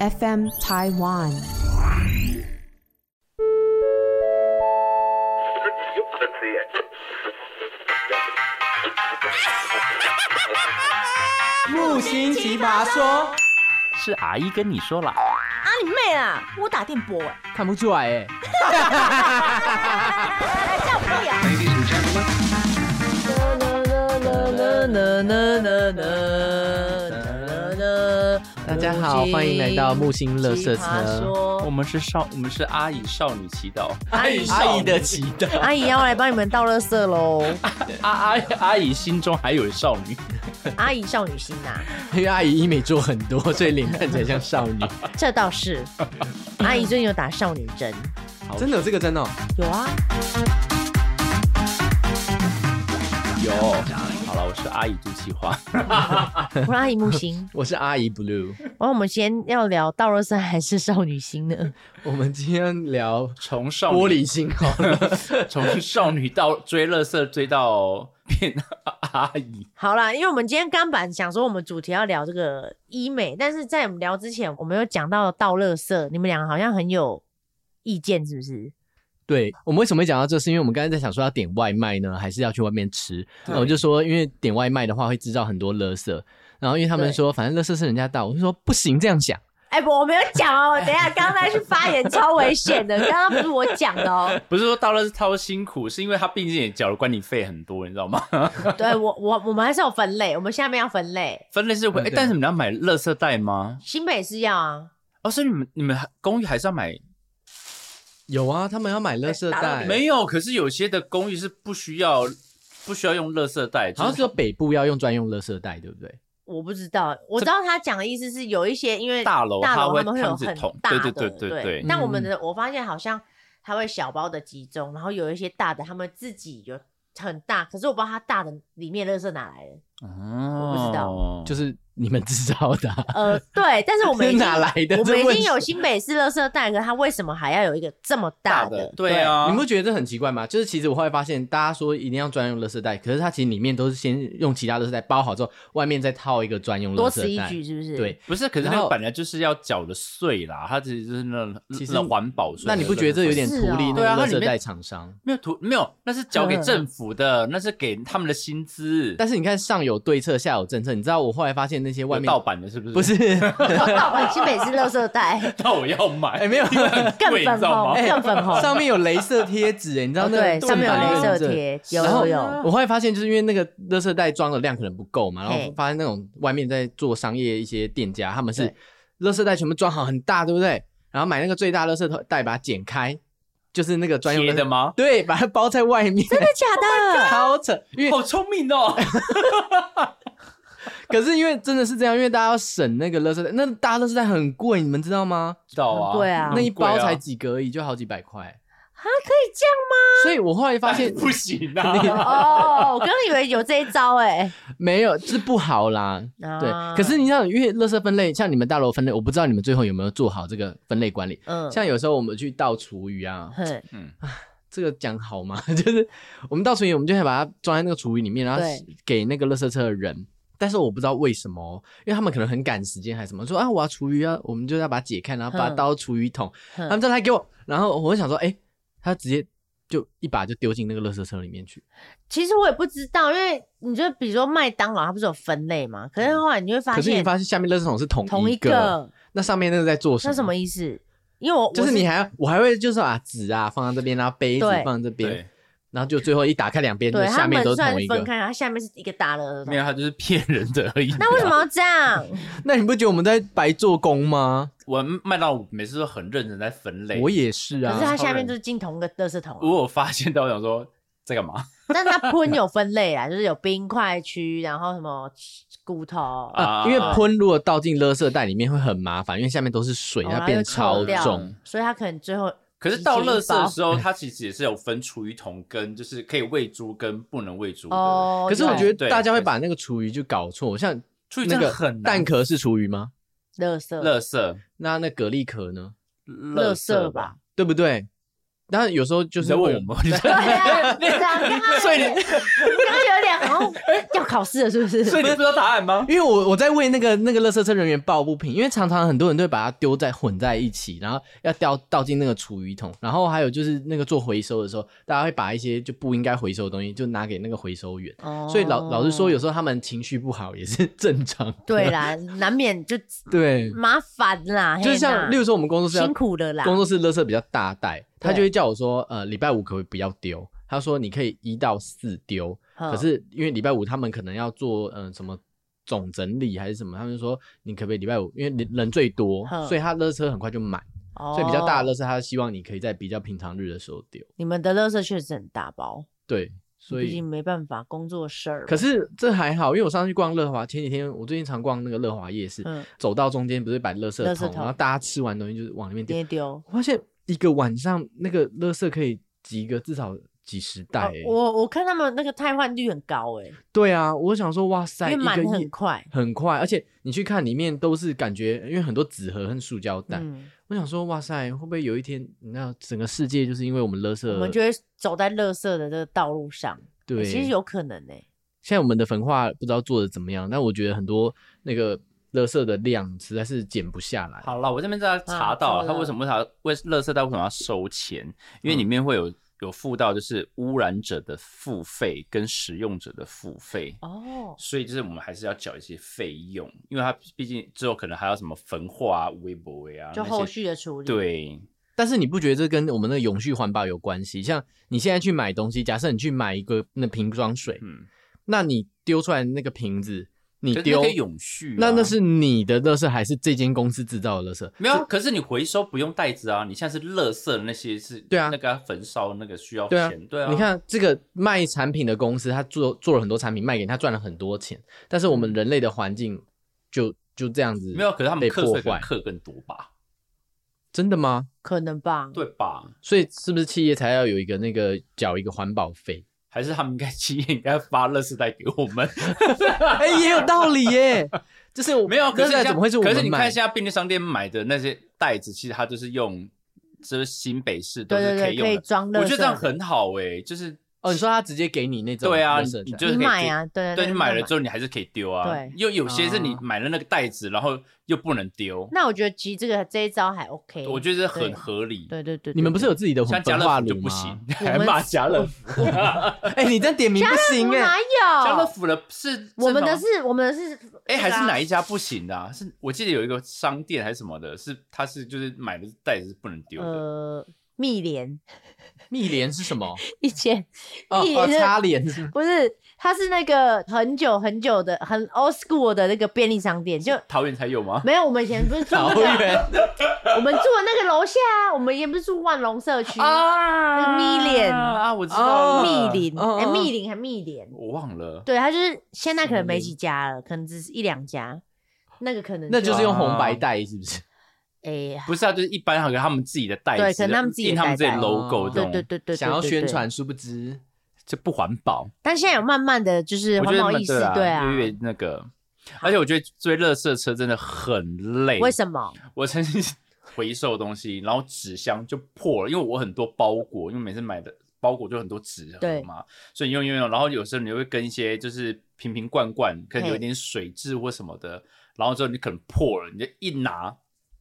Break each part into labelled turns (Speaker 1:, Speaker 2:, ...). Speaker 1: FM Taiwan。
Speaker 2: 木星奇葩说，
Speaker 3: 是阿姨跟你说啦，
Speaker 4: 啊你妹啊！我打电波哎，
Speaker 2: 看不出来哎。
Speaker 4: 哎这样不呀？
Speaker 2: 大家好，欢迎来到木星乐色车。
Speaker 3: 我们是少，我们是阿姨少女祈祷，
Speaker 4: 阿姨
Speaker 2: 阿姨的祈祷，
Speaker 4: 阿姨要来帮你们倒垃圾喽，
Speaker 3: 阿阿阿姨心中还有少女，
Speaker 4: 阿姨少女心呐，
Speaker 2: 因为阿姨医美做很多，所以脸看起来像少女。
Speaker 4: 这倒是。阿姨最近有打少女针，
Speaker 2: 真的有这个真的哦？
Speaker 4: 有啊，
Speaker 3: 有。好了，我是阿姨杜启华，
Speaker 4: 我是阿姨木星。
Speaker 2: 我是阿姨 blue。
Speaker 4: 然 后我们今天要聊倒垃圾还是少女心呢？
Speaker 2: 我们今天聊
Speaker 3: 从少
Speaker 2: 玻
Speaker 3: 女
Speaker 2: 璃心好 了，
Speaker 3: 从少女到追乐色，追到变 阿姨，
Speaker 4: 好啦，因为我们今天刚本想说我们主题要聊这个医美，但是在我们聊之前，我们有讲到倒垃圾，你们两个好像很有意见，是不是？
Speaker 2: 对我们为什么会讲到这？是因为我们刚才在想说要点外卖呢，还是要去外面吃？
Speaker 3: 对
Speaker 2: 那我就说，因为点外卖的话会制造很多垃圾。然后因为他们
Speaker 4: 对
Speaker 2: 说，反正垃圾是人家倒，我就说不行，这样想。
Speaker 4: 哎、不，我没有讲哦、等一下，刚才去发言超危险的，刚刚不是我讲的哦、
Speaker 3: 不是说到乐是超辛苦，是因为她毕竟也缴了管理费很多，你知道吗？
Speaker 4: 对我，我我们还是有分类，我们下面要分类。
Speaker 3: 分类是
Speaker 2: 嗯
Speaker 3: 会，哎、
Speaker 2: 对
Speaker 3: 但是你们要买乐色袋吗？
Speaker 4: 新北是要啊，
Speaker 3: 哦，所以你们你们公寓还是要买？
Speaker 2: 有啊，他们要买垃圾
Speaker 4: 打到
Speaker 2: 袋，
Speaker 4: 你
Speaker 3: 没有，可是有些的公寓是不需要不需要用乐色袋，
Speaker 2: 好
Speaker 3: 就
Speaker 2: 像
Speaker 3: 是
Speaker 2: 只有北部要用专用垃圾袋，对不对？
Speaker 4: 我不知道，我知道他讲的意思是有一些因为
Speaker 3: 大楼
Speaker 4: 大
Speaker 3: 它
Speaker 4: 楼
Speaker 3: 会
Speaker 4: 他们会有
Speaker 3: 摊子
Speaker 4: 很
Speaker 3: 桶
Speaker 4: 大的，
Speaker 3: 对对对对对
Speaker 4: 但我们的我发现好像它会小包的集中，然后有一些大的他们自己有很大，可是我不知道它大的里面的垃圾哪来的。
Speaker 3: 哦
Speaker 4: 我不知道
Speaker 2: 就是你们制造的啊、
Speaker 4: 呃，对，但是我们已经
Speaker 2: 哪来的
Speaker 4: 我
Speaker 2: 这
Speaker 4: 们已
Speaker 2: 问
Speaker 4: 经
Speaker 2: 题
Speaker 4: 有新北市垃圾袋，可它为什么还要有一个这么大的？
Speaker 3: 对啊，
Speaker 2: 你们不觉得这很奇怪吗？就是其实我后来发现，大家说一定要专用垃圾袋，可是它其实里面都是先用其他垃圾袋包好之后，外面再套一个专用
Speaker 4: 多
Speaker 2: 垃
Speaker 4: 此
Speaker 2: 圾
Speaker 4: 一
Speaker 2: 袋。
Speaker 4: 举，是不是？
Speaker 2: 对，
Speaker 3: 不是？可是那
Speaker 2: 然
Speaker 3: 个
Speaker 2: 后
Speaker 3: 本来就是要缴的税啦，它其实就是那种
Speaker 2: 其实
Speaker 3: 那种环保税。
Speaker 2: 那你不觉得这有点
Speaker 4: 是
Speaker 2: 图
Speaker 4: 哦
Speaker 2: 利那
Speaker 3: 啊对啊它
Speaker 2: 个垃
Speaker 3: 里面
Speaker 2: 圾袋厂商？
Speaker 3: 没有图没有？那是缴给政府的，那是给他们的薪资。
Speaker 2: 嗯但是你看上有对策，下有政策。你知道我后来发现那些外
Speaker 3: 有
Speaker 2: 面
Speaker 3: 盗版的是不是？
Speaker 2: 不 是
Speaker 4: 盗版哦新北市垃圾袋
Speaker 3: 那我要买，
Speaker 2: 哎没有 哎
Speaker 3: 因为很
Speaker 4: 更
Speaker 3: 贵，你
Speaker 4: 粉
Speaker 3: 知道
Speaker 4: 红，
Speaker 3: 吗？
Speaker 4: 更粉 红。
Speaker 2: 上面有镭射贴纸，哎，你知道
Speaker 4: 哦
Speaker 2: 那个
Speaker 4: 对，上面有
Speaker 2: 正版
Speaker 4: 镭
Speaker 2: 的
Speaker 4: 射
Speaker 2: 认证
Speaker 4: 贴，有
Speaker 2: 然
Speaker 4: 有
Speaker 2: 后
Speaker 4: 有。
Speaker 2: 我后来发现，就是因为那个垃圾袋装的量可能不够嘛，然
Speaker 4: 嗯嘿
Speaker 2: 后发现那种外面在做商业一些店家，他们是
Speaker 4: 对
Speaker 2: 垃圾袋全部装好很大，对不对？然后买那个最大垃圾袋，把它剪开，就是那个专用
Speaker 3: 贴
Speaker 2: 垃圾
Speaker 3: 的吗？
Speaker 2: 对，把它包在外面，
Speaker 4: 真的假 的？
Speaker 2: 超扯。因为
Speaker 3: 好聪明 哦！
Speaker 2: 可是因为真的是这样，因为大家要省那个垃圾袋，那大垃圾袋很贵，你们知道吗？
Speaker 3: 知道啊，
Speaker 4: 很贵啊
Speaker 2: 那一包才
Speaker 3: 很贵
Speaker 2: 几个而已，就好几百块。
Speaker 4: 啊，可以这样
Speaker 2: 所以我后来发
Speaker 3: 啊
Speaker 2: 现
Speaker 3: 不行 啊，
Speaker 4: 吗？哦，我刚刚以为有这一招哎。
Speaker 2: 没有，这不好啦。对
Speaker 4: 啊，
Speaker 2: 可是你知道，因为垃圾分类，像你们大楼分类，我不知道你们最后有没有做好这个分类管理。
Speaker 4: 嗯，
Speaker 2: 像有时候我们去倒厨余啊，
Speaker 4: 很
Speaker 2: 这个讲好吗？ 就是我们倒厨余，我们就会把它装在那个厨余里面，然后
Speaker 4: 对
Speaker 2: 给那个垃圾车的人。但是我不知道为什么哦，因为他们可能很赶时间还是什么，说啊我要厨余啊，我们就要把它解开，然后把它
Speaker 4: 嗯
Speaker 2: 倒到厨余桶，
Speaker 4: 嗯
Speaker 2: 他们再来给我，然后我就想说，哎、他直接就一把就丢进那个垃圾车里面去，
Speaker 4: 其实我也不知道，因为你就比如说麦当劳，它不是有分类嘛？可是后来你就会
Speaker 2: 嗯
Speaker 4: 发
Speaker 2: 可是
Speaker 4: 现
Speaker 2: 你发现下面垃圾桶是同
Speaker 4: 同
Speaker 2: 一
Speaker 4: 一个，
Speaker 2: 那上面那个在做什
Speaker 4: 那
Speaker 2: 么？
Speaker 4: 什么意思？因为我
Speaker 2: 就是
Speaker 4: 我
Speaker 2: 你还要我还会就是把纸啊放在这边，然后杯子
Speaker 4: 对
Speaker 2: 放在这边，
Speaker 3: 对，
Speaker 2: 然后就最后一打开两边，
Speaker 4: 对
Speaker 2: 下
Speaker 4: 它
Speaker 2: 面
Speaker 4: 们
Speaker 2: 都是
Speaker 4: 虽然
Speaker 2: 同
Speaker 4: 是
Speaker 2: 一
Speaker 4: 分
Speaker 2: 个。
Speaker 4: 开，然后下面是一个大的，
Speaker 3: 没有，他就是骗人的而已。
Speaker 4: 那为什么要 这样？
Speaker 2: 那你不觉得我们在白做工吗？
Speaker 3: 我麦当劳每次都很认真在分类？
Speaker 2: 我也是
Speaker 4: 可
Speaker 2: 啊
Speaker 4: 是。它下面就是进同一个垃圾桶啊，
Speaker 3: 我有发现到，我想说在干嘛？
Speaker 4: 但是它喷有分类啊，就是有冰块区，然后什么骨头，
Speaker 2: 啊，因为喷如果倒进垃圾袋里面会很麻烦，因为下面都是水，
Speaker 4: 哦
Speaker 2: 它变超
Speaker 4: 然后又扣
Speaker 2: 重。
Speaker 4: 掉所以它可能最后
Speaker 3: 可是倒垃圾的时候，它其实也是有分厨余桶跟就是可以喂猪跟不能喂猪的。
Speaker 4: 哦，
Speaker 2: 可是我觉
Speaker 3: 对
Speaker 2: 得大家会把那个厨余就搞错，像
Speaker 3: 厨余
Speaker 2: 那
Speaker 3: 真的
Speaker 2: 个
Speaker 3: 很难。
Speaker 2: 蛋壳是厨余吗？
Speaker 4: 垃圾
Speaker 3: 垃圾，
Speaker 2: 那那蛤蜊壳呢？
Speaker 3: 垃
Speaker 4: 圾吧，
Speaker 2: 对不对？当然有时候就
Speaker 3: 你
Speaker 2: 是
Speaker 3: 在
Speaker 2: 会
Speaker 3: 问
Speaker 2: 有
Speaker 3: 我吗？
Speaker 4: 啊，对啊，刚刚
Speaker 3: 所以你，
Speaker 4: 刚刚有点好像要考试了，是不是？
Speaker 3: 所以你不知道答 案吗？
Speaker 2: 因为我我在为那个那个垃圾车人员抱不平，因为常常很多人都会把它丢在混在一起，然后要掉倒进那个厨余桶，然后还有就是那个做回收的时候，大家会把一些就不应该回收的东西就拿给那个回收员，
Speaker 4: 哦
Speaker 2: 所以老老实说，有时候他们情绪不好也是 正常的。
Speaker 4: 对啦， 难免就
Speaker 2: 对，
Speaker 4: 麻烦啦，
Speaker 2: 嗯就
Speaker 4: 嘿
Speaker 2: 是像
Speaker 4: 呐
Speaker 2: 例如说我们工作室要
Speaker 4: 哎辛苦了啦，
Speaker 2: 工作室垃圾比较大袋，他
Speaker 4: 对
Speaker 2: 就会叫我说，呃，礼拜五可不可以不要丢？他说你可以一到四丢，
Speaker 4: 嗯
Speaker 2: 可是因为礼拜五他们可能要做嗯、呃什么总整理还是什么，他们就说你可不可以礼拜五，因为人人最多
Speaker 4: 哼，
Speaker 2: 所以他垃圾很快就满，
Speaker 4: 嗯哦
Speaker 2: 所以比较大的垃圾他希望你可以在比较平常日的时候丢。
Speaker 4: 你们的垃圾确实很大包，
Speaker 2: 对，所
Speaker 4: 毕
Speaker 2: 以
Speaker 4: 竟没办法工作事儿嘛。
Speaker 2: 可是这还好，因为我上次去逛乐华，前几天我最近常逛那个乐华夜市，
Speaker 4: 嗯
Speaker 2: 走到中间不是摆垃圾
Speaker 4: 垃圾
Speaker 2: 桶，
Speaker 4: 桶
Speaker 2: 然后大家吃完东西就是往里面丢
Speaker 4: 也，丢，
Speaker 2: 我发现一个晚上那个垃圾可以集个至少几十袋、
Speaker 4: 哦
Speaker 2: 欸
Speaker 4: 我我看他们那个汰换率很高哎，
Speaker 2: 对啊，我想说，哇塞，
Speaker 4: 因为
Speaker 2: 一
Speaker 4: 满
Speaker 2: 个
Speaker 4: 得
Speaker 2: 月
Speaker 4: 很快。
Speaker 2: 很快，而且你去看里面都是感觉，因为很多纸盒和塑胶袋，
Speaker 4: 嗯，
Speaker 2: 我想说，哇塞，会不会有一天，你知道整个世界就是因为我们垃圾，
Speaker 4: 我们就会走在垃圾的这个道路上，
Speaker 2: 对，
Speaker 4: 欸其实有可能哎。
Speaker 2: 现在我们的焚化不知道做的怎么样，但我觉得很多那个垃圾的量实在是减不下来。
Speaker 3: 好了，我这边在查到
Speaker 4: 啊
Speaker 3: 了他为什么他为乐色袋为什么要收钱，因为里面会有有附到就是污染者的付费跟使用者的付费。
Speaker 4: 哦，
Speaker 3: 所以就是我们还是要缴一些费用，因为它毕竟之后可能还要什么焚化啊、微博啊，
Speaker 4: 就
Speaker 3: 那些
Speaker 4: 后续的处理。，
Speaker 3: 对
Speaker 2: 但是你不觉得这跟我们那个永续环保有关系？像你现在去买东西，假设你去买一个那瓶装水，
Speaker 3: 嗯
Speaker 2: 那你丢出来那个瓶子，你
Speaker 3: 可是
Speaker 2: 丢
Speaker 3: 那可以永
Speaker 4: 嗯
Speaker 3: 续啊、
Speaker 2: 那那是你的垃圾还是这间公司制造的垃圾？
Speaker 3: 没有啊，可是你回收不用袋子啊，你像是垃圾那些是，
Speaker 2: 对啊
Speaker 3: 那个要焚烧那个需要
Speaker 2: 对啊
Speaker 3: 钱，对啊，
Speaker 2: 你看这个卖产品的公司，他做做了很多产品卖给你，他赚了很多钱，但是我们人类的环境就就这样子
Speaker 3: 没有，啊可是他们
Speaker 2: 被
Speaker 3: 课
Speaker 2: 破
Speaker 3: 税可能
Speaker 2: 坏，
Speaker 3: 课更多吧，
Speaker 2: 真的吗？
Speaker 4: 可能吧。
Speaker 3: 对吧？
Speaker 2: 所以是不是企业才要有一个那个缴一个环保 费？
Speaker 3: 还是他们应该企业应该发垃圾袋给我们？
Speaker 2: 哎、也有道理耶，就是我
Speaker 3: 没有，啊可
Speaker 2: 垃圾
Speaker 3: 是
Speaker 2: 袋
Speaker 3: 你
Speaker 2: 怎么会是我
Speaker 3: 可
Speaker 2: 们
Speaker 3: 是你看
Speaker 2: 买？
Speaker 3: 现在便利商店买的那些袋子，其实它就是用，就是新北市都
Speaker 4: 对
Speaker 3: 是
Speaker 4: 对
Speaker 3: 可以
Speaker 4: 对，
Speaker 3: 用
Speaker 4: 可以
Speaker 3: 的。
Speaker 4: 装垃圾。
Speaker 3: 我觉得这样很好诶、就是
Speaker 2: 哦，你说他直接给你那种
Speaker 3: 对啊，
Speaker 2: 垃
Speaker 3: 你
Speaker 2: 圾
Speaker 3: 你
Speaker 2: 袋
Speaker 3: 就是
Speaker 4: 你
Speaker 3: 可以
Speaker 4: 买
Speaker 3: 丢
Speaker 4: 啊，对
Speaker 3: 对你买了之
Speaker 4: 后，
Speaker 3: 后你还是可以丢啊。
Speaker 4: 对嗯
Speaker 3: 因为有些是你
Speaker 2: 哦
Speaker 3: 买了那个袋子，然后又不能丢，
Speaker 4: 那我觉得其实这个这一招还 OK。
Speaker 3: 我觉得这很
Speaker 4: 对
Speaker 3: 合理。
Speaker 4: 对对对，
Speaker 2: 你们不是有自己的
Speaker 3: 像
Speaker 2: 焚
Speaker 3: 家
Speaker 2: 化
Speaker 3: 乐福就
Speaker 2: 炉
Speaker 3: 不
Speaker 2: 吗
Speaker 3: 行？，
Speaker 4: 我
Speaker 3: 还
Speaker 4: 们
Speaker 3: 骂家乐福，
Speaker 2: 哎、你这样点名不行
Speaker 4: 对
Speaker 2: 哎、
Speaker 4: 哪
Speaker 3: 家乐
Speaker 4: 有？
Speaker 3: 福的是
Speaker 4: 我们的
Speaker 3: 吗
Speaker 4: 是我们的是啊
Speaker 3: 哎、还是哪一
Speaker 4: 家？
Speaker 3: 家不行的、啊？是我记得有一个商店还是什么的，是它是就是买的袋子是不能丢的。
Speaker 4: 呃，蜜莲
Speaker 2: 蜜莲是什么？
Speaker 4: 一千
Speaker 2: 哦
Speaker 4: 蜜
Speaker 2: 哦，
Speaker 4: 莲是
Speaker 2: 擦脸 是吗
Speaker 4: 不是，它是那个很久很久的很 old school 的那个便利商店，就
Speaker 3: 桃园才有吗？
Speaker 4: 没有我们以前不是住
Speaker 2: 桃
Speaker 4: 那个，
Speaker 3: 啊
Speaker 2: 园。
Speaker 4: 我们住的那个楼下啊，我们以前不是住万隆社区
Speaker 3: 啊
Speaker 4: 蜜莲
Speaker 3: 啊，我知道
Speaker 4: 密
Speaker 3: 了
Speaker 4: 林，
Speaker 2: 哦
Speaker 4: 哎，
Speaker 2: 哦
Speaker 4: 密林还密莲，
Speaker 3: 我忘了。
Speaker 4: 对，它就是现在可能没
Speaker 2: 蜜
Speaker 4: 几家了，可能只是一两家，那个可能
Speaker 2: 那就是
Speaker 4: 用
Speaker 2: 用红白袋，是不是？
Speaker 4: 哎，
Speaker 3: 不是啊，就是一般好像他们自己的袋子，
Speaker 4: 对可能他们自己的
Speaker 3: 印他们自己
Speaker 4: 袋啊
Speaker 2: 子
Speaker 3: logo
Speaker 2: 哦
Speaker 3: 这
Speaker 4: 对
Speaker 3: 种，
Speaker 4: 对对对，
Speaker 2: 想要
Speaker 4: 对对
Speaker 2: 宣
Speaker 4: 对
Speaker 2: 传，殊不知
Speaker 3: 这不环保。
Speaker 4: 但现在有慢慢的就是
Speaker 3: 我觉得
Speaker 4: 环
Speaker 3: 他
Speaker 4: 保
Speaker 3: 们
Speaker 4: 意识，对
Speaker 3: 对
Speaker 4: 啊，
Speaker 3: 越越那个，而且我觉得追垃圾车真的很累。
Speaker 4: 为什么？
Speaker 3: 我曾经回收东西，然后纸箱就破了，因为我很多包裹，因为每次买的包裹就很多纸
Speaker 4: 对
Speaker 3: 盒嘛，所以用用用，然后有时候你会跟一些就是瓶瓶罐罐，可能有
Speaker 4: 嘿
Speaker 3: 一点水渍或什么的，然后之后你可能破了，你就一拿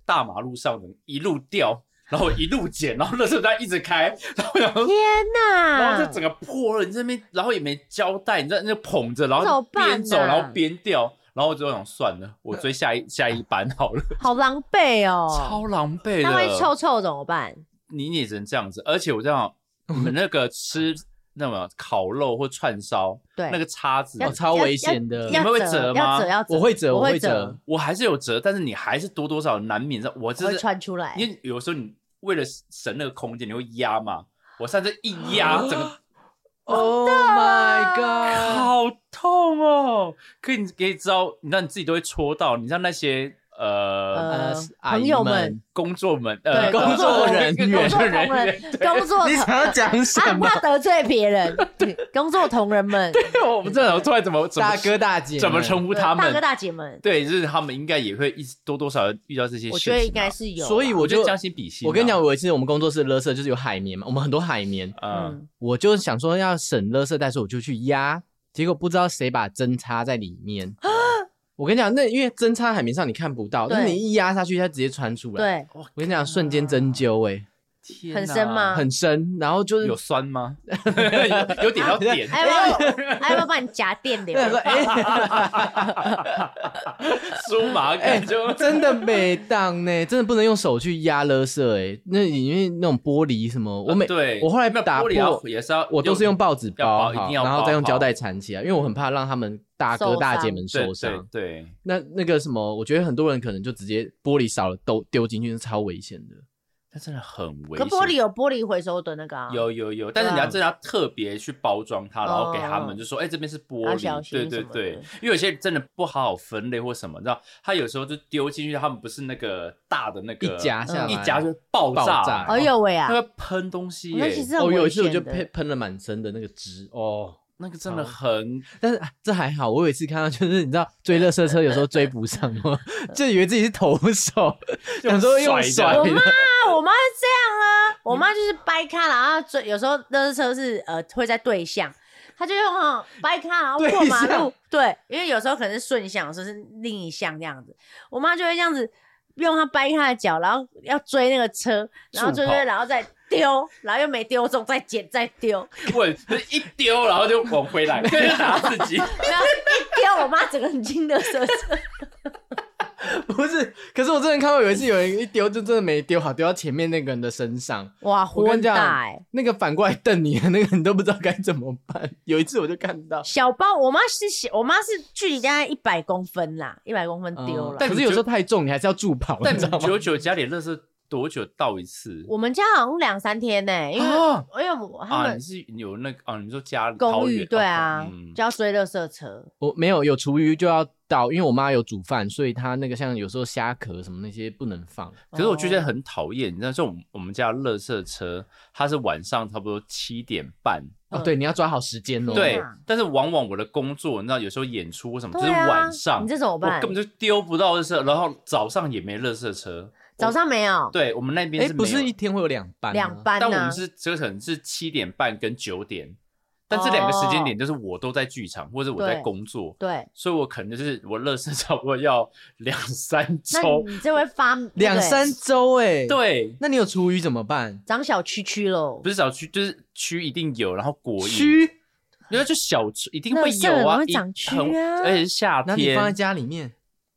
Speaker 3: 大马路上的一路掉。然后一路捡，然后垃圾袋一直开，然后然后
Speaker 4: 天哪！
Speaker 3: 然后就整个破了，你这边然后也没胶带，你在那捧着，然
Speaker 4: 怎么
Speaker 3: 后
Speaker 4: 办
Speaker 3: 边走
Speaker 4: 啊
Speaker 3: 然后边掉，然后我就想算了，我追下一下一班好了。
Speaker 4: 好狼狈哦，
Speaker 3: 超狼狈
Speaker 4: 那万一臭
Speaker 3: 的。
Speaker 4: 臭怎么办？
Speaker 3: 你也只能这样子，而且我这样，我们那个吃那么烤肉或串烧，
Speaker 4: 对
Speaker 3: 那个叉子，
Speaker 4: 要
Speaker 2: 哦超危险的
Speaker 3: 你
Speaker 4: 要
Speaker 3: 们会
Speaker 4: 要
Speaker 3: 折
Speaker 4: 要
Speaker 3: 吗
Speaker 4: 折，要折，
Speaker 2: 我会折，
Speaker 4: 啊我
Speaker 2: 会
Speaker 4: 折
Speaker 2: 折，，
Speaker 3: 我还是有折，但是你还是多多少难免的。我
Speaker 4: 我
Speaker 3: 就
Speaker 4: 会
Speaker 3: 是，
Speaker 4: 穿出来。
Speaker 3: 因为有时候你为了省那个空间，你会压嘛。我上次一压，
Speaker 4: 哦
Speaker 3: 整个
Speaker 2: Oh my
Speaker 3: 好痛哦！可以，你可以知道，你知道你自己都会戳到，你知道那些呃
Speaker 4: 呃
Speaker 2: 是阿
Speaker 4: 朋
Speaker 2: 姨
Speaker 4: 友
Speaker 2: 们
Speaker 4: 们，
Speaker 3: 工作们
Speaker 4: 对
Speaker 3: 呃
Speaker 4: 工
Speaker 2: 作人员
Speaker 3: 工
Speaker 4: 工
Speaker 3: 作
Speaker 4: 作
Speaker 3: 人
Speaker 4: 同仁
Speaker 3: 员，
Speaker 4: 工作
Speaker 2: 你
Speaker 4: 同
Speaker 2: 想要 讲
Speaker 4: 啊
Speaker 2: 什
Speaker 4: 很
Speaker 2: 么？
Speaker 4: 怕得罪别人，工作同仁们、
Speaker 3: 对，我不知道我突然怎么怎么
Speaker 2: 大哥大姐们，
Speaker 3: 怎么称呼他
Speaker 4: 大哥
Speaker 3: 们。
Speaker 4: 大姐们，
Speaker 3: 对，就是他们应该也会一直多多少少遇到这些事情啊。
Speaker 4: 我觉得应该是有啊。
Speaker 2: 所以
Speaker 3: 我
Speaker 2: 我
Speaker 3: 觉得
Speaker 2: 就
Speaker 3: 将心比心啊。
Speaker 2: 我跟你讲，我一次我们工作室的垃圾就是有海绵嘛，我们很多海绵，
Speaker 3: 嗯，
Speaker 4: 嗯，
Speaker 2: 我就想说要省垃圾袋，所以我就去压，结果不知道谁把针插在里面。我跟你讲，那因为针插海绵上你看不到，
Speaker 4: 啊对
Speaker 2: 但你一压下去，它直接穿出来。
Speaker 4: 对，
Speaker 2: 我跟你讲，瞬间针灸哎、
Speaker 3: 天
Speaker 4: 很
Speaker 3: 哪
Speaker 4: 深吗
Speaker 2: 很深，然后就是
Speaker 3: 有 酸吗？有有点要 点，
Speaker 4: 还要不要还要不哎要帮你夹电 流
Speaker 2: 对？说哎，
Speaker 3: 酥麻感就
Speaker 2: 真的没当呢，真的不能用手去压勒色哎，那里面那种玻璃什么，我每
Speaker 3: 对，
Speaker 2: 我后来
Speaker 3: 那
Speaker 2: 打
Speaker 3: 玻璃要
Speaker 2: 破
Speaker 3: 也是要，
Speaker 2: 我都是用报纸
Speaker 3: 要
Speaker 2: 包
Speaker 3: 包一
Speaker 2: 好，
Speaker 3: 定要
Speaker 2: 然后
Speaker 3: 包
Speaker 2: 再用胶
Speaker 3: 好
Speaker 2: 带缠起来，因为我很怕让他们大哥
Speaker 4: 受
Speaker 2: 大姐
Speaker 4: 伤
Speaker 2: 们
Speaker 3: 对
Speaker 2: 受伤。
Speaker 3: 对对
Speaker 2: 那那个什么，我觉得很多人可能就直接玻璃少了都丢进去是超危险的。
Speaker 3: 它真的很危险。
Speaker 4: 可玻璃有玻璃回收的那个啊，
Speaker 3: 有有有，但是你要真的要特别去包装它，然后给他们
Speaker 4: 嗯
Speaker 3: 就说，哎、这边是玻
Speaker 4: 要小
Speaker 3: 璃，
Speaker 4: 心
Speaker 3: 对对
Speaker 4: 什么
Speaker 3: 对
Speaker 4: 的，
Speaker 3: 因为有些人真的不好好分类或什么，你知道，他有时候就丢进去，他们不是那个大的那个
Speaker 2: 一夹
Speaker 4: 嗯
Speaker 2: 下来
Speaker 3: 一夹就爆炸，
Speaker 2: 爆炸
Speaker 4: 哎呦喂啊
Speaker 3: 它！会喷东西
Speaker 4: 我觉
Speaker 3: 耶、
Speaker 4: 得其实
Speaker 2: 哦，
Speaker 4: 很
Speaker 2: 有
Speaker 4: 危
Speaker 2: 一次我
Speaker 4: 险
Speaker 2: 就
Speaker 4: 的。
Speaker 2: 喷喷了满身的那个汁哦，
Speaker 3: 那个真的很，
Speaker 2: 但是、啊这还好，我有一次看到就是你知道追乐色车有时候追不上哦， 就以为自己是投手， 想说用
Speaker 3: 甩
Speaker 2: 甩的
Speaker 3: 的
Speaker 4: 我妈，啊我妈是这样啊，我妈
Speaker 2: 嗯
Speaker 4: 就是掰开了，然后追，有时候那车是呃会在对向，她就用那种掰开然后
Speaker 2: 对
Speaker 4: 过马
Speaker 2: 向
Speaker 4: 路，对，因为有时候可能是顺向，有时候是另一向这样子，我妈就会这样子用她掰开的脚，然后要追那个车，然后
Speaker 3: 助
Speaker 4: 追
Speaker 3: 跑
Speaker 4: 追，然后再丢，然后又没丢中，再捡再丢，
Speaker 3: 我就是一丢，然后就往回来，跟着打自 己，
Speaker 4: 没有一丢，我妈整个很惊的车车，
Speaker 2: 不是，可是我真的看过有一次有人一丢就真的没丢好，丢到前面那个人的身上，
Speaker 4: 哇，
Speaker 2: 我
Speaker 4: 火
Speaker 2: 跟
Speaker 4: 很
Speaker 2: 你讲
Speaker 4: 大哎、
Speaker 2: 那个反过来瞪你的那个你都不知道该怎么办。有一次我就看到，
Speaker 4: 小包，我妈是小，我妈是距离大概一百公分啦，一百公分丢
Speaker 2: 嗯
Speaker 4: 了。
Speaker 2: 但可是有时候太重，你还是要助跑，
Speaker 3: 但
Speaker 2: 你知道吗？
Speaker 3: 久久家里垃圾多久倒一次？
Speaker 4: 我们家好像两三天呢、因为、
Speaker 2: 哦
Speaker 3: 啊
Speaker 4: 因为我他
Speaker 3: 啊，
Speaker 4: 们
Speaker 3: 你是有那个啊？你说家里
Speaker 4: 公
Speaker 3: 桃
Speaker 4: 寓
Speaker 3: 园
Speaker 4: 对
Speaker 3: 哦
Speaker 4: 啊，
Speaker 3: 嗯
Speaker 4: 就要追垃圾车，
Speaker 2: 我没有有厨余就要倒，因为我妈有煮饭，所以她那个像有时候虾壳什么那些不能放。
Speaker 3: 可是我就觉得
Speaker 4: 哦
Speaker 3: 很讨厌，你知道，这种我们家的垃圾车，它是晚上差不多七点半，
Speaker 2: 哦，
Speaker 4: 嗯
Speaker 2: 对，你要抓好时间哦。
Speaker 3: 对
Speaker 4: 哪。
Speaker 3: 但是往往我的工作，你知道，有时候演出或什么，就是
Speaker 4: 对啊
Speaker 3: 晚上
Speaker 4: 你，这怎么
Speaker 3: 我
Speaker 4: 办
Speaker 3: 根？本就丢不到垃圾，然后早上也没垃圾车。
Speaker 4: 早上没有
Speaker 3: 对我们那边
Speaker 2: 哎，
Speaker 3: 是
Speaker 2: 不
Speaker 3: 没有
Speaker 2: 是一，天会有两班吗？
Speaker 4: 两班啊
Speaker 3: 但我
Speaker 4: 呢、
Speaker 3: 们是这可能是七点半跟九点，但这两个时间点就是我都在剧场或者我在
Speaker 4: 哦对
Speaker 3: 工作，
Speaker 4: 对，
Speaker 3: 所以我可能就是我垃圾差不多要两三
Speaker 4: 那
Speaker 3: 周。
Speaker 4: 你这会发
Speaker 2: 两三周哎。，
Speaker 3: 对，
Speaker 2: 那你有厨余怎么办？
Speaker 4: 长小区区喽
Speaker 3: 不，是小区，就是区一定有，然后果蝇
Speaker 2: 蛆，
Speaker 3: 因为就小吃一定
Speaker 4: 垃
Speaker 3: 会
Speaker 4: 圾
Speaker 3: 有啊，
Speaker 4: 很容易
Speaker 3: 一
Speaker 4: 长蛆
Speaker 3: 很
Speaker 4: 啊
Speaker 3: 而且是夏
Speaker 2: 那你放在
Speaker 3: 天，
Speaker 2: 家里面。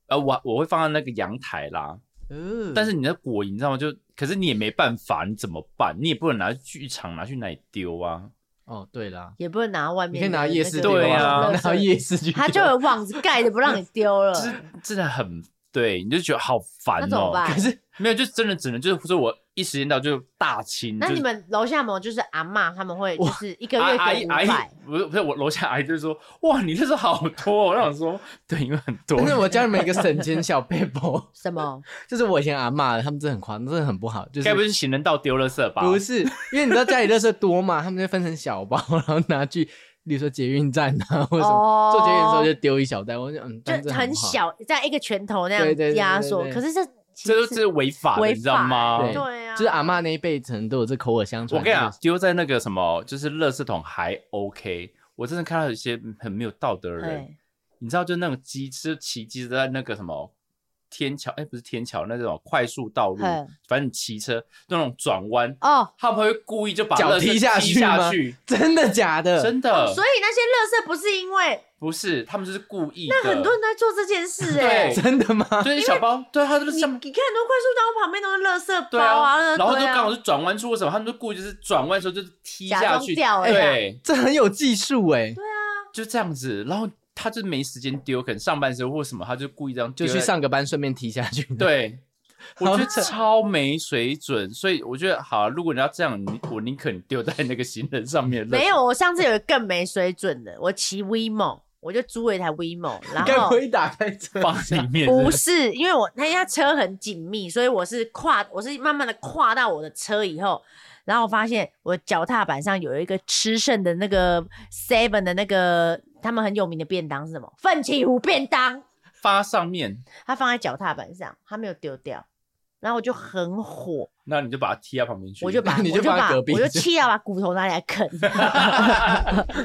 Speaker 3: 呃，我我会放在那个阳台啦。
Speaker 2: 嗯，
Speaker 3: 但是你的果蝇，你知道吗？就可是你也没办法，你怎么办？你也不能拿去剧场拿去哪里丢啊。
Speaker 2: 哦，对啦，
Speaker 4: 也不能拿外
Speaker 2: 你
Speaker 4: 面的
Speaker 2: 可以拿夜市
Speaker 4: 那
Speaker 2: 丢
Speaker 4: 个
Speaker 3: 对
Speaker 2: 啊，
Speaker 3: 啊
Speaker 4: 垃
Speaker 2: 拿
Speaker 4: 圾
Speaker 2: 到夜市去丢。
Speaker 4: 它就有网子盖着不让你 丢了，
Speaker 3: 就是真的很对，你就觉得好烦
Speaker 4: 那怎
Speaker 3: 哦
Speaker 4: 么。办
Speaker 2: 可是
Speaker 3: 没有，就真的只能就是说我一时间到就大清。
Speaker 4: 那
Speaker 3: 就是
Speaker 4: 你们楼下有没有就是阿嬷他们会就是一个
Speaker 3: 阿
Speaker 4: 月
Speaker 3: 阿
Speaker 4: 给
Speaker 3: 姨
Speaker 4: 五
Speaker 3: 阿姨
Speaker 4: 百，
Speaker 3: 不是不是我楼下阿姨就说：“哇，你这是好多、哦。”我想说，对，因为很多。
Speaker 2: 但是 我家里面有一个省钱小 paper，
Speaker 4: 什么？
Speaker 2: 就是我以前阿嬷他们真的很夸张，真的很不好，就是
Speaker 3: 该不是行人道丢垃圾吧？
Speaker 2: 不是，因为你知道家里垃圾多嘛，他们就分成小包，然后拿去， 例如说捷运站啊，或者什么、
Speaker 4: 哦
Speaker 2: 做捷运的时候就丢一小袋。我就嗯，
Speaker 4: 就
Speaker 2: 但这
Speaker 4: 很
Speaker 2: 好。
Speaker 4: 小，在一个拳头那
Speaker 2: 对对对
Speaker 4: 样压
Speaker 2: 对
Speaker 4: 缩。
Speaker 2: 对
Speaker 4: 可是这其
Speaker 3: 这都
Speaker 4: 实
Speaker 3: 是违法的，你
Speaker 4: 违
Speaker 3: 知道
Speaker 4: 法
Speaker 3: 吗？
Speaker 2: 对
Speaker 4: 对啊，
Speaker 2: 就是阿嬷那一辈可能都有这口耳相传。
Speaker 3: 我跟你讲
Speaker 2: 就是，
Speaker 3: 丢在那个什么，就是垃圾桶还 OK。我真的看到有些很没有道德的人，
Speaker 4: 对
Speaker 3: 你知道，就那种机车骑机车在那个什么天桥，哎、不是天桥，那种快速道路
Speaker 4: 嗯，
Speaker 3: 反正你骑车那种转弯，
Speaker 4: 哦。
Speaker 3: 他们会故意就把
Speaker 2: 脚
Speaker 3: 垃圾
Speaker 2: 踢下
Speaker 3: 踢
Speaker 2: 去
Speaker 3: 下
Speaker 2: 吗
Speaker 3: 去，
Speaker 2: 真的假的？
Speaker 3: 真的，
Speaker 4: 哦所以那些垃圾不是因为
Speaker 3: 不是他们就是故意的。
Speaker 4: 那很多人都在做这件事
Speaker 3: 对
Speaker 4: 哎、欸，
Speaker 2: 真的吗？
Speaker 3: 就是小包，对，啊他就是
Speaker 4: 你你
Speaker 3: 上
Speaker 4: 看很
Speaker 3: 面。
Speaker 4: 多快速道路旁边都是垃圾
Speaker 3: 对
Speaker 4: 包啊，
Speaker 3: 然后就刚好
Speaker 4: 是
Speaker 3: 是转弯处或什么，他们就故意就是转弯的时候就是踢
Speaker 4: 假
Speaker 3: 下
Speaker 4: 装
Speaker 3: 去，
Speaker 4: 掉了
Speaker 3: 对，
Speaker 2: 这很有技术哎、
Speaker 4: 啊
Speaker 3: 就这样子，然后他就没时间丢，可能上班时候或什么，他就故意这样
Speaker 2: 就
Speaker 3: 丢
Speaker 2: 去
Speaker 3: 在。
Speaker 2: 上个班顺便踢下去。，
Speaker 3: 对，我 觉得
Speaker 2: 好扯
Speaker 3: 超没水准，所以我觉得好，啊如果你要这样，你我宁肯丢在那个行人上面。
Speaker 4: 没有，我上次有一个更没水准的，我骑 WeMo，我就租了一台 WeMo，然
Speaker 2: 该不
Speaker 4: 后
Speaker 2: 会打开车
Speaker 3: 放里面
Speaker 4: 不
Speaker 3: 是
Speaker 4: 是因为我那家车很紧密，所以我是跨，我是慢慢的跨到我的车以后，然后我发现我脚踏板上有一个吃剩的那个 Seven 的那个他们很有名的便当是什么？奋起湖便当。
Speaker 3: 发上面，
Speaker 4: 它放在脚踏板上，它没有丢掉，然后我就很火，
Speaker 3: 那你就把它踢到旁边去，
Speaker 4: 我就把
Speaker 2: 你就
Speaker 4: 我就
Speaker 2: 放在
Speaker 4: 把
Speaker 2: 隔壁
Speaker 4: 我就气到把骨头拿来啃，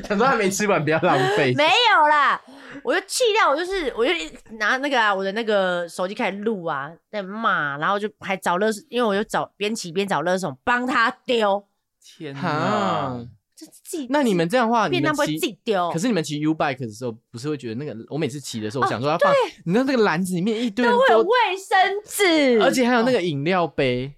Speaker 2: 想说他没吃完，不要浪费。
Speaker 4: 没有啦，我就气到我就是我就一直拿那个啊我的那个手机开始录啊，在骂，然后就还找乐，因为我就找边骑边找乐手帮他丢，
Speaker 3: 天
Speaker 2: 哈
Speaker 3: 哪，，
Speaker 4: 就自己
Speaker 2: 那你们这样的话，你
Speaker 4: 便
Speaker 2: 们
Speaker 4: 当不会哦
Speaker 2: 骑
Speaker 4: 自己丢
Speaker 2: 可，是你们骑 U bike 的时候，不是会觉得那个？我每次骑的时候，我想
Speaker 4: 哦
Speaker 2: 说要放，你知道那个篮子里面一堆人
Speaker 4: 都会有
Speaker 2: 都，
Speaker 4: 卫生纸，
Speaker 2: 而且还有那
Speaker 4: 哦
Speaker 2: 个饮料杯，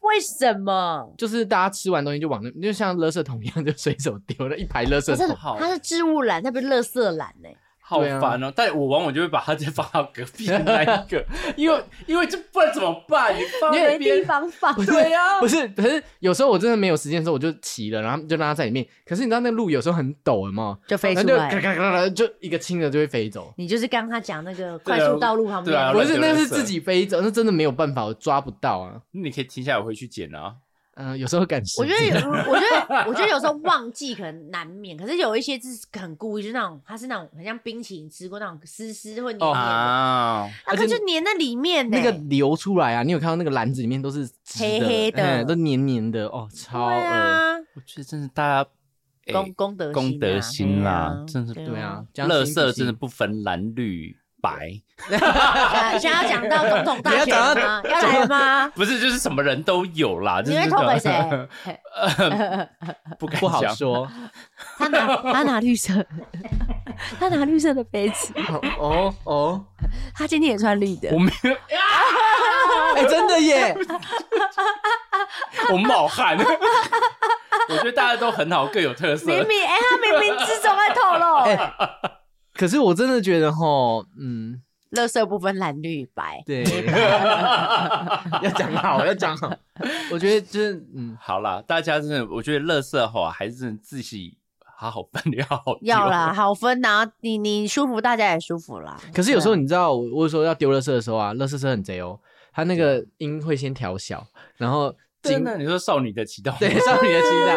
Speaker 4: 为什么？
Speaker 2: 就是大家吃完东西就往那，就像垃圾桶一样，就随手丢了一排垃圾
Speaker 4: 它是
Speaker 2: 桶。
Speaker 3: 好
Speaker 4: 它是置物篮，它不是垃圾篮欸呢、
Speaker 3: 好
Speaker 2: 对啊
Speaker 3: 烦哦！但我往往就会把它再放到隔壁的那一个，因 为因为这不然怎么办？你放那
Speaker 4: 没地
Speaker 3: 边，
Speaker 4: 方放。
Speaker 3: 对呀，
Speaker 2: 不是，可是有时候我真的没有时间的时候，我就骑了，然后就让它在里面。可是你知道那路有时候很陡的嘛，
Speaker 4: 就飞
Speaker 2: 然
Speaker 4: 出
Speaker 2: 后就
Speaker 4: 来
Speaker 2: 嘎，嘎嘎嘎，就一个轻的就会飞走。
Speaker 4: 你就是刚刚他讲那个
Speaker 3: 对啊
Speaker 4: 快速道路旁边，
Speaker 3: 对啊
Speaker 2: 不
Speaker 3: 乱
Speaker 2: 是，
Speaker 3: 丢
Speaker 2: 那
Speaker 3: 垃
Speaker 2: 是
Speaker 3: 圾
Speaker 2: 自己飞走，那真的没有办法，我抓不到啊。
Speaker 3: 你可以停下来我回去捡啊。
Speaker 2: 嗯、有时候感
Speaker 4: 我
Speaker 2: 觉
Speaker 4: 觉得有，我觉得，我觉得有时候忘记可能难免，可是有一些是很故意，就是那种它是那种很像冰淇淋吃过那种湿湿或黏
Speaker 2: 哦
Speaker 3: 哦
Speaker 4: 黏的，
Speaker 3: 啊，
Speaker 4: 它可
Speaker 2: 而
Speaker 4: 能
Speaker 2: 且
Speaker 4: 就黏在里面呢。
Speaker 2: 那个流出来啊，你有看到那个篮子里面都是直
Speaker 4: 欸黑黑的
Speaker 2: 嗯都黏黏的哦，超恶、
Speaker 4: 对啊，
Speaker 3: 我觉得真是大家哎
Speaker 4: 公公德
Speaker 3: 公德心啦
Speaker 4: 啦，，
Speaker 3: 真是
Speaker 2: 对
Speaker 4: 哎
Speaker 2: 啊，，将
Speaker 3: 垃
Speaker 2: 心
Speaker 3: 圾
Speaker 2: 比心
Speaker 3: 真的不分蓝绿白，
Speaker 4: 啊想要讲到总统大选吗？要来吗？
Speaker 3: 不是就是什么人都有啦。
Speaker 4: 你
Speaker 3: 就
Speaker 4: 会
Speaker 3: 是
Speaker 4: 投给谁？
Speaker 3: 那种 不敢
Speaker 2: 不好
Speaker 3: 讲
Speaker 2: 说
Speaker 4: 他拿他拿绿色，他拿绿色的杯子，
Speaker 2: 哦哦，
Speaker 4: 他今天也穿绿的
Speaker 3: 我。没有，
Speaker 2: 哎、真的 耶，
Speaker 3: 我冒汗。 我觉得大家都很好，各有特色
Speaker 4: 明。明哎，他明明之中在透露，
Speaker 2: 可是我真的觉得吼，嗯，
Speaker 4: 垃圾不分蓝绿白。
Speaker 2: 对， 要讲好，要讲好，我觉得就是嗯，
Speaker 3: 好啦，大家真的，我觉得垃圾吼还是真的自己好好分要好丢
Speaker 4: 要啦，，好分呐、你你舒服，大家也舒服啦。
Speaker 2: 可是有
Speaker 4: 啊
Speaker 2: 时候你知道，我我说要丢垃圾的时候啊，垃圾车很贼哦，它那
Speaker 4: 啊
Speaker 2: 个音会先调小，然后
Speaker 3: 真
Speaker 2: 经
Speaker 3: 的，你说少女的祈祷，
Speaker 2: 对，少女的心脏，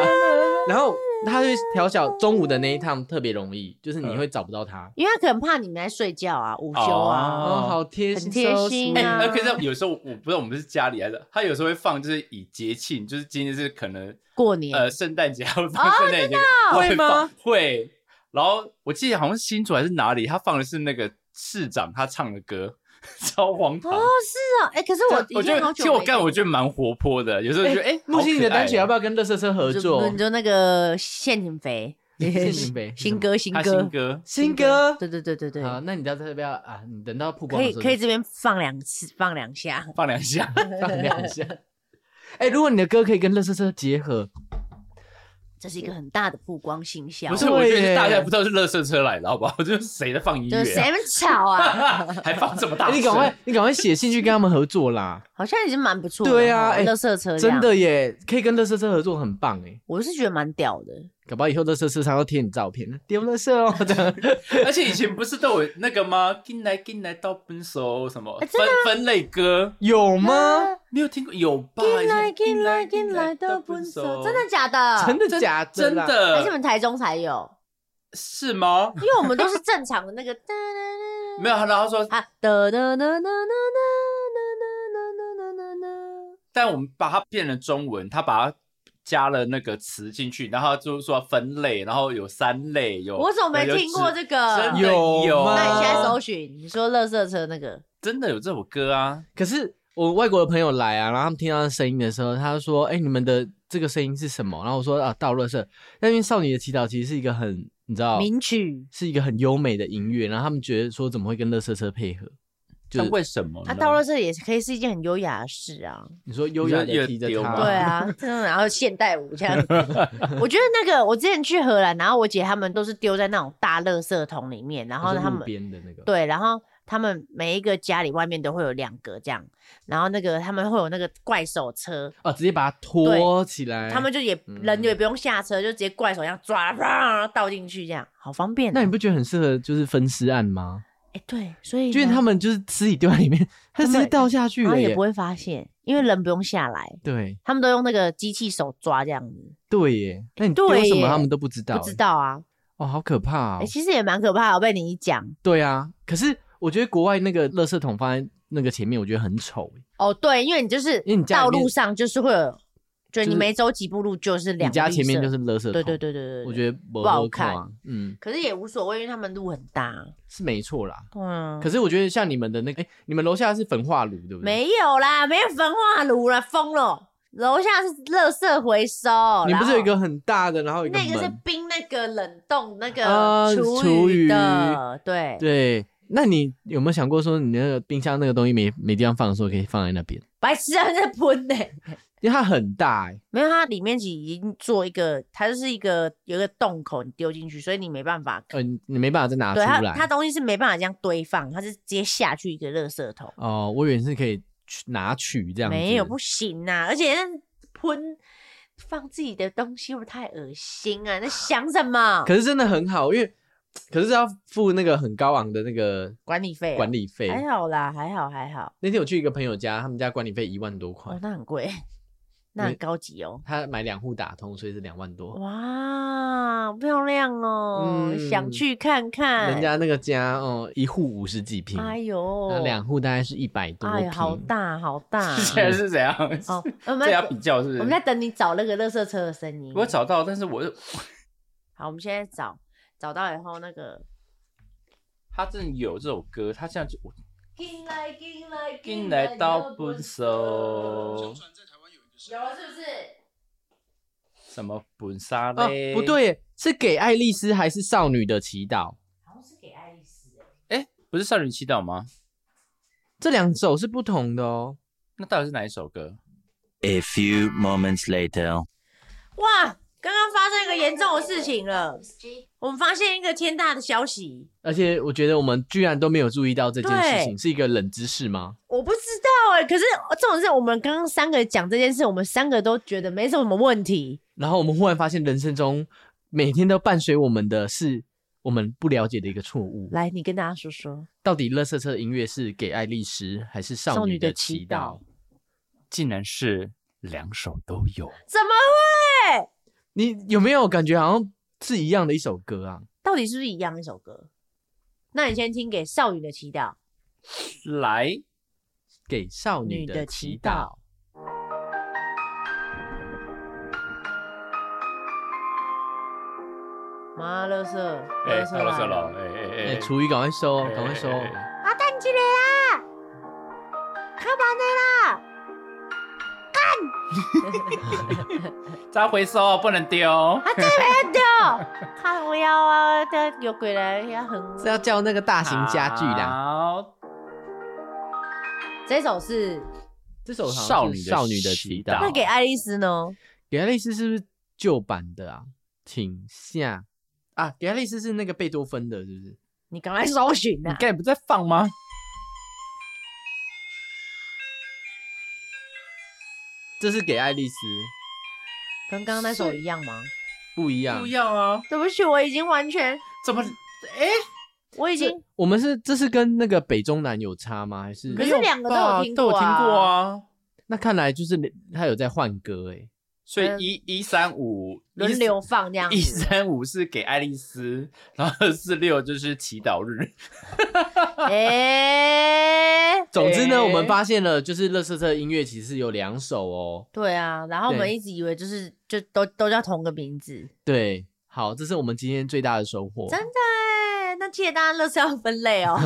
Speaker 2: 然后它就调小中午的那一趟特别容易，就是
Speaker 4: 嗯
Speaker 2: 你会找不到它。
Speaker 4: 因为他可能怕你们在睡觉啊、午休啊，
Speaker 3: 哦
Speaker 2: 哦，好贴心，
Speaker 4: 很贴
Speaker 2: so
Speaker 4: 心
Speaker 2: sweet
Speaker 4: 啊
Speaker 3: 那可是有时候我不知道我们是家里还是他有时候会放，就是以节庆，就是今天是可能
Speaker 4: 过年、
Speaker 3: 呃圣诞节 还会放圣诞节，
Speaker 4: 哦
Speaker 3: 会
Speaker 2: 会吗
Speaker 3: 放？会。然后我记得好像新竹还是哪里，他放的是那个市长他唱的歌， 超荒唐。
Speaker 4: 哦，是哦，哎、可是我
Speaker 3: 我
Speaker 4: 已
Speaker 3: 觉
Speaker 4: 经好
Speaker 3: 得，其
Speaker 4: 久
Speaker 3: 实
Speaker 4: 没
Speaker 3: 我干，我觉得蛮活泼的。有时候觉得，哎，
Speaker 2: 木星，你的单曲要不
Speaker 3: 要？
Speaker 2: 要跟乐色车合
Speaker 4: 就
Speaker 2: 作？
Speaker 4: 你就那个陷阱肥，
Speaker 2: 谢谢你呗，
Speaker 4: 新歌新
Speaker 3: 他
Speaker 4: 歌
Speaker 3: 新歌，
Speaker 2: 新歌。
Speaker 4: 对对对对对，
Speaker 2: 好，那你到这要不要啊？你等到曝光
Speaker 4: 可
Speaker 2: 的
Speaker 4: 以
Speaker 2: 时候
Speaker 4: 可以这边放两次，放两下。
Speaker 3: 放两 下，
Speaker 2: 放量一下。哎，如果你的歌可以跟乐色车结合，
Speaker 4: 这是一个很大的曝光行销，
Speaker 3: 不是，
Speaker 2: 对
Speaker 3: 我觉得
Speaker 2: 耶
Speaker 3: 大家不知道是垃圾车来的，好不 好？就是谁在放音
Speaker 4: 就是谁
Speaker 3: 乐
Speaker 4: 们吵啊，
Speaker 3: 啊， 还放这么大
Speaker 2: 哎
Speaker 3: 声？
Speaker 2: 你赶快你赶快写信去跟他们合作啦！
Speaker 4: 好像已经蛮不错的哦。
Speaker 2: 对啊哎
Speaker 4: 乐色车这样
Speaker 2: 真，的耶，可以跟乐色车合作，很棒哎。
Speaker 4: 我是觉得蛮屌的。
Speaker 2: 搞不好以后乐色车上要贴你照片，丢乐色哦，这样
Speaker 3: 而且以前不是都有那个吗？进来进来到分手什么
Speaker 4: 哎
Speaker 3: 分
Speaker 4: 真
Speaker 3: 分类歌，
Speaker 2: 有吗？
Speaker 3: 你有听过有吧？
Speaker 4: 啊进
Speaker 3: 以
Speaker 4: 来
Speaker 3: 前
Speaker 4: 进来进来的分手，真的假的？
Speaker 2: 真的假的？
Speaker 3: 真，
Speaker 4: 还是你
Speaker 3: 的
Speaker 4: 们台中才有？
Speaker 3: 是吗？
Speaker 4: 因为我们都是正常的那个哒
Speaker 3: 嗯没有，然后说，
Speaker 4: 哒哒哒啊，哒哒哒哒哒哒哒哒哒哒哒。
Speaker 3: 但我们把它变成中文，他把它加了那个词进去，然后就是说分类，然后有三类，有
Speaker 4: 我怎么没听过这个
Speaker 3: 真的？
Speaker 2: 有
Speaker 3: 有，
Speaker 2: 吗
Speaker 4: 那你现在搜寻，你说垃圾车那个，
Speaker 3: 真的有这首歌啊？
Speaker 2: 可是我外国的朋友来啊，然后他们听到声音的时候，他就说：“哎、你们的这个声音是什么？”然后我说：“啊，倒垃圾。”那因为少女的祈祷其实是一个很，你知道，
Speaker 4: 名曲
Speaker 2: 是一个很优美的音乐，然后他们觉得说怎么会跟垃圾车配合？就
Speaker 3: 那
Speaker 2: 是
Speaker 3: 为什么呢？
Speaker 4: 啊，到了这也是可以是一件很优雅的事啊。
Speaker 2: 你说优雅
Speaker 3: 越来越
Speaker 2: 的提着
Speaker 3: 丢
Speaker 2: 它，
Speaker 3: 吧
Speaker 4: 对啊，嗯，然后现代舞这样。我觉得那个我之前去荷兰，然后我姐他们都是丢在那种大垃圾桶里面，然后
Speaker 2: 就是
Speaker 4: 他
Speaker 2: 路
Speaker 4: 们
Speaker 2: 边的那个，
Speaker 4: 对，然后他们每一个家里外面都会有两个这样，然后那个他们会有那个怪手车，
Speaker 2: 哦，直接把它拖起来。
Speaker 4: 他们就也、
Speaker 2: 嗯
Speaker 4: 人也不用下车，就直接怪手一样抓，啪倒进去这样，好方便哦、
Speaker 2: 那你不觉得很适合就是分尸案吗？
Speaker 4: 哎、对，所以
Speaker 2: 就是
Speaker 4: 呢
Speaker 2: 他们就是尸体丢在里面，它直接掉下去
Speaker 4: 然后
Speaker 2: 了
Speaker 4: 也
Speaker 2: 耶
Speaker 4: 不。会发现，因为人不用下来，
Speaker 2: 对
Speaker 4: 他们都用那个机器手抓这样子，
Speaker 2: 对耶，那你
Speaker 4: 对
Speaker 2: 丢什么
Speaker 4: 耶
Speaker 2: 他们都不知道
Speaker 4: 不
Speaker 2: 耶，
Speaker 4: 知道啊。
Speaker 2: 哦，好可怕
Speaker 4: 哎、
Speaker 2: 哦。
Speaker 4: 其实也蛮可怕的，被你一讲。
Speaker 2: 对啊，可是我觉得国外那个垃圾桶放在那个前面，我觉得很丑欸耶。
Speaker 4: 哦，对，因为你就是
Speaker 2: 因为你家里
Speaker 4: 道
Speaker 2: 面
Speaker 4: 路上就是会有，就
Speaker 2: 就是
Speaker 4: 你每走几步路就是
Speaker 2: 你
Speaker 4: 两。
Speaker 2: 家前面就是垃圾桶，
Speaker 4: 对对对对对，
Speaker 2: 我
Speaker 4: 得。
Speaker 2: 觉得不
Speaker 4: 不好
Speaker 2: 好看啊
Speaker 4: 看。
Speaker 2: 嗯，
Speaker 4: 可是也无所谓，因为他们路很大。啊
Speaker 2: 是没错啦。
Speaker 4: 嗯，
Speaker 2: 可是我觉得像你们的那个，哎，你们楼下是焚化炉对不对？
Speaker 4: 没有啦，没有焚化炉了，疯了。楼下是垃圾回收，
Speaker 2: 你不
Speaker 4: 然
Speaker 2: 是有一
Speaker 4: 后
Speaker 2: 个很大的，然后有一
Speaker 4: 那个是
Speaker 2: 门？
Speaker 4: 冰那个冷冻那
Speaker 2: 啊
Speaker 4: 个厨
Speaker 2: 厨
Speaker 4: 余
Speaker 2: 余
Speaker 4: 的，对
Speaker 2: 对，那你有没有想过说，你那个冰箱那个东西没没地方放的时候，可以放在那边？
Speaker 4: 白痴啊，在喷呢、
Speaker 2: 因为它很大、欸，
Speaker 4: 没有，它里面其实已经做一个，它就是一个有一个洞口，你丢进去，所以你没办法。
Speaker 2: 呃，你你没办法再拿出
Speaker 4: 对它，
Speaker 2: 来。
Speaker 4: 它东西是没办法这样堆放，它是直接下去一个垃圾桶，
Speaker 2: 哦、我以为是可以去拿取这样子。
Speaker 4: 没有不行呐、而且那喷放自己的东西，会不会太恶心啊？那想什么？
Speaker 2: 可是真的很好，因为可是要付那个很高昂的那个
Speaker 4: 管理费啊、
Speaker 2: 管理费。
Speaker 4: 还好啦，还好还好。
Speaker 2: 那天我去一个朋友家，他们家管理费一万多块
Speaker 3: 哎
Speaker 4: 哦，，那很贵，那很
Speaker 2: 没
Speaker 4: 高级哦。
Speaker 2: 他买两户打通，所以是两万
Speaker 3: 哦
Speaker 2: 多。
Speaker 4: 哇，漂亮哦，
Speaker 2: 嗯
Speaker 4: 想去看看。
Speaker 2: 人家那个家哦、一户五十几平，
Speaker 4: 哎
Speaker 2: 那
Speaker 4: 呦，
Speaker 2: 两户大概是一百多
Speaker 4: 哎
Speaker 2: 平。
Speaker 4: 呀，好大好大。
Speaker 3: 之前 是怎样？
Speaker 4: 哦，我 们
Speaker 3: 这要
Speaker 4: 在
Speaker 3: 比较是不是？
Speaker 4: 我们在等你找那个垃圾车的声音。
Speaker 3: 我找到，但是我是
Speaker 4: 好，我们现在找找到以后，那个
Speaker 3: 他真的有这首歌，他现在就我
Speaker 4: 进来进来
Speaker 3: 进来到不熟，
Speaker 4: 有了是不是？
Speaker 3: 什么本沙
Speaker 2: 哦
Speaker 3: 嘞、，
Speaker 2: 不，对耶，是给爱丽丝还是少女的祈祷？
Speaker 4: 好像是给爱丽丝的。
Speaker 3: 不是少女祈祷吗？
Speaker 2: 这两首是不同的哦。
Speaker 3: 那到底是哪一首歌？
Speaker 5: A few moments later.
Speaker 4: 哇，刚刚发生一个严重的事情了，我们发现一个天大的消息，
Speaker 2: 而且我觉得我们居然都没有注意到这件事情，
Speaker 4: 对
Speaker 2: 是一个冷知识吗？
Speaker 4: 我不知道哎、可是这种事我们刚刚三个讲这件事，我们三个都觉得没什么问题。
Speaker 2: 然后我们忽然发现，人生中每天都伴随我们的是我们不了解的一个错误。
Speaker 4: 来，你跟大家说说，
Speaker 2: 到底乐色车的音乐是给爱丽丝还是少
Speaker 4: 少女
Speaker 2: 女
Speaker 4: 的
Speaker 2: 的
Speaker 4: 祈
Speaker 2: 祈
Speaker 4: 祷
Speaker 2: 祷？
Speaker 3: 竟然是两首都有。
Speaker 4: 怎么会？
Speaker 2: 你有没有感觉好像是一样的一首歌啊？
Speaker 4: 到底是不是一样一首歌？那你先听给少女的祈祷。
Speaker 3: 来，
Speaker 2: 给少
Speaker 4: 女
Speaker 2: 女
Speaker 4: 的
Speaker 2: 的
Speaker 4: 祈
Speaker 2: 祈
Speaker 4: 祷
Speaker 2: 祷。
Speaker 4: 妈，乐色，
Speaker 3: 哎、
Speaker 4: 乐色
Speaker 3: 到了，到了，哎哎
Speaker 2: 哎、
Speaker 3: 哎，
Speaker 2: 厨余赶快收哦，
Speaker 3: 哎
Speaker 2: 赶快收哦！
Speaker 3: 哎哎哎
Speaker 4: 啊，蛋起来啦！开完的啦！
Speaker 3: 再回收，哦不能丢。
Speaker 4: 啊，这边 的，看我要啊，这有鬼来要很。
Speaker 2: 是要叫那个大型家具啦。
Speaker 3: 好，
Speaker 4: 这首是
Speaker 2: 这首好像是少
Speaker 3: 少女的
Speaker 2: 女的
Speaker 3: 祈
Speaker 2: 祈
Speaker 3: 祷
Speaker 2: 祷，
Speaker 4: 那给爱丽丝呢？
Speaker 2: 给爱丽丝是不是旧版的啊？请下啊，给爱丽丝是那个贝多芬的，是不是？
Speaker 4: 你赶快搜寻
Speaker 3: 你
Speaker 4: 啊呐、
Speaker 3: 刚才不在放吗？
Speaker 2: 这是给爱丽丝，
Speaker 4: 跟刚刚那首一样吗？
Speaker 2: 不一样，
Speaker 3: 不要啊！
Speaker 4: 对不起，我已经完全，
Speaker 3: 怎么？哎、
Speaker 4: 我已经
Speaker 2: 我们是这是跟那个北中南有差吗？还是哎
Speaker 4: 可是两个都有听
Speaker 3: 都有
Speaker 4: 过
Speaker 3: 听
Speaker 4: 啊
Speaker 3: 过啊。
Speaker 2: 那看来就是他有在换歌哎、
Speaker 3: 所以
Speaker 4: 嗯
Speaker 3: 一一三五
Speaker 4: 轮流放这样
Speaker 3: 一
Speaker 4: 子。
Speaker 3: 三五是给爱丽丝，然后二四六就是祈祷日。
Speaker 4: 哎、
Speaker 2: 总之呢，
Speaker 3: 诶
Speaker 2: 我们发现了，就是乐色车音乐其实有两首哦。
Speaker 4: 对啊，然后我们
Speaker 2: 对
Speaker 4: 一直以为就是就都都叫同个名字，
Speaker 2: 对，好，这是我们今天最大的收获。
Speaker 4: 真的欸。那记得大家垃圾要分类 哦，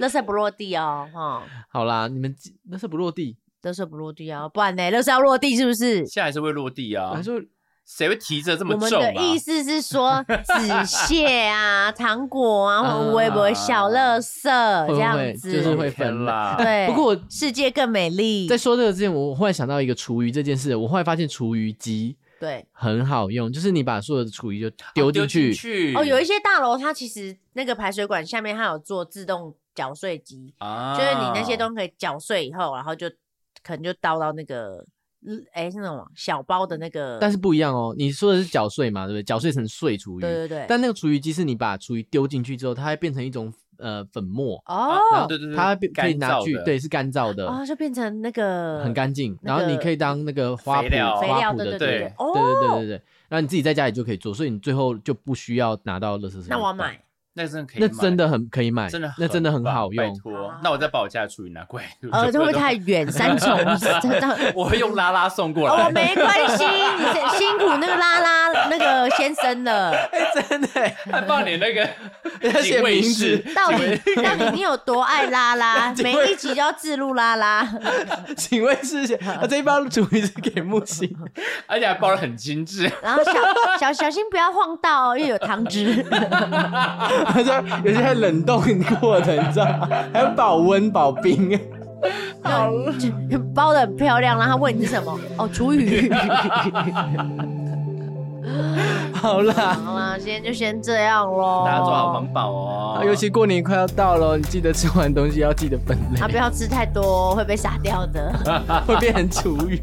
Speaker 4: 垃圾不落地哦，哈，
Speaker 2: 好啦，你们记乐色不落地，
Speaker 4: 垃圾不落地哦，不然呢，垃圾要落地是不是？
Speaker 3: 现在还是会落地啊
Speaker 2: 还？说
Speaker 3: 谁会提着这么
Speaker 4: 我们
Speaker 3: 重
Speaker 4: 的
Speaker 3: 啊？
Speaker 4: 意思是说，纸屑啊、糖 果啊，
Speaker 2: 啊
Speaker 4: 会不会小垃
Speaker 2: 会
Speaker 4: 圾这
Speaker 2: 不
Speaker 4: 样
Speaker 2: 啊会
Speaker 4: 子？
Speaker 2: 就是会
Speaker 3: OK
Speaker 2: 分
Speaker 3: 啦
Speaker 4: 对
Speaker 2: 不过我
Speaker 4: 世界更美丽。
Speaker 2: 在说这个之前，我忽然想到一个厨余这件事，我忽然发现厨余机
Speaker 4: 对
Speaker 2: 很好用，就是你把所有的厨余就丢
Speaker 3: 哦丢
Speaker 2: 进去，
Speaker 3: 去
Speaker 4: 哦，有一
Speaker 3: 些
Speaker 4: 些大楼它其实那个排水管下面它有做自动搅碎机，
Speaker 3: 啊
Speaker 4: 就是你
Speaker 2: 哦
Speaker 4: 那些东西可以搅碎以后，然后就可能就倒到那个，嗯哎、是那种小包的那个，
Speaker 2: 但是不一样哦。你说的是搅碎嘛，对不对？搅碎成碎厨余，
Speaker 4: 对对对，
Speaker 2: 但那个厨余机是你把厨余丢进去之后，它会变成一种呃粉末，
Speaker 4: 哦
Speaker 3: 然啊后对对对，
Speaker 2: 它变可以
Speaker 3: 干
Speaker 2: 拿
Speaker 3: 燥
Speaker 2: 去
Speaker 3: 的，
Speaker 2: 对是干燥的，
Speaker 4: 哦，就变成那个
Speaker 2: 很干净，
Speaker 4: 那
Speaker 2: 然后你
Speaker 4: 个
Speaker 2: 可以当那个花
Speaker 3: 肥
Speaker 2: 圃
Speaker 3: 料
Speaker 4: 肥
Speaker 2: 花
Speaker 4: 料，
Speaker 2: 圃
Speaker 4: 对
Speaker 2: 的
Speaker 4: 对
Speaker 3: 对
Speaker 4: 对，
Speaker 2: 对对对
Speaker 4: 哦
Speaker 2: 对，对，然后你自己在家里就可以做，所以你最后就不需要拿到垃圾车。
Speaker 4: 那我要，买，
Speaker 3: 那真的可以
Speaker 2: 那
Speaker 3: 买，
Speaker 2: 真的很可以买，
Speaker 3: 真的
Speaker 2: 那真的很
Speaker 3: 棒
Speaker 2: 好
Speaker 3: 拜
Speaker 2: 用。
Speaker 3: 托，那我再把我家的厨余拿过来，
Speaker 4: 呃，会不会
Speaker 3: 太？
Speaker 4: 太远？三重， 真 的。
Speaker 3: 我会用拉拉送过
Speaker 4: 哦，
Speaker 3: 来，
Speaker 4: 没关系，你是辛苦那个拉拉那个先生了。
Speaker 2: 真的欸，
Speaker 3: 还放你那个
Speaker 2: 而且
Speaker 3: 警卫
Speaker 2: 名
Speaker 3: 室
Speaker 2: 字，
Speaker 4: 到底到底你有多爱拉拉？
Speaker 2: 请
Speaker 4: 每
Speaker 2: 问
Speaker 4: 一集都要自录拉拉，
Speaker 2: 请问是 谁？啊，这一包主意是给木星，
Speaker 3: 而且还包的很精致。
Speaker 4: 然后小小小心不要晃到哦，因为有汤汁。
Speaker 2: 他说有些还冷冻过的，你知道，还有保温保冰。
Speaker 4: 包的很漂亮，然后他问你是什么？哦，厨余。
Speaker 2: 好啦，
Speaker 4: 好啦，今天就先这样喽。
Speaker 3: 大家做好环保哦，
Speaker 2: 尤其过年快要到了，你记得吃完东西要记得分
Speaker 4: 啊，不
Speaker 2: 类，
Speaker 4: 要吃太多哦，会被杀掉的。
Speaker 2: 会变成厨余。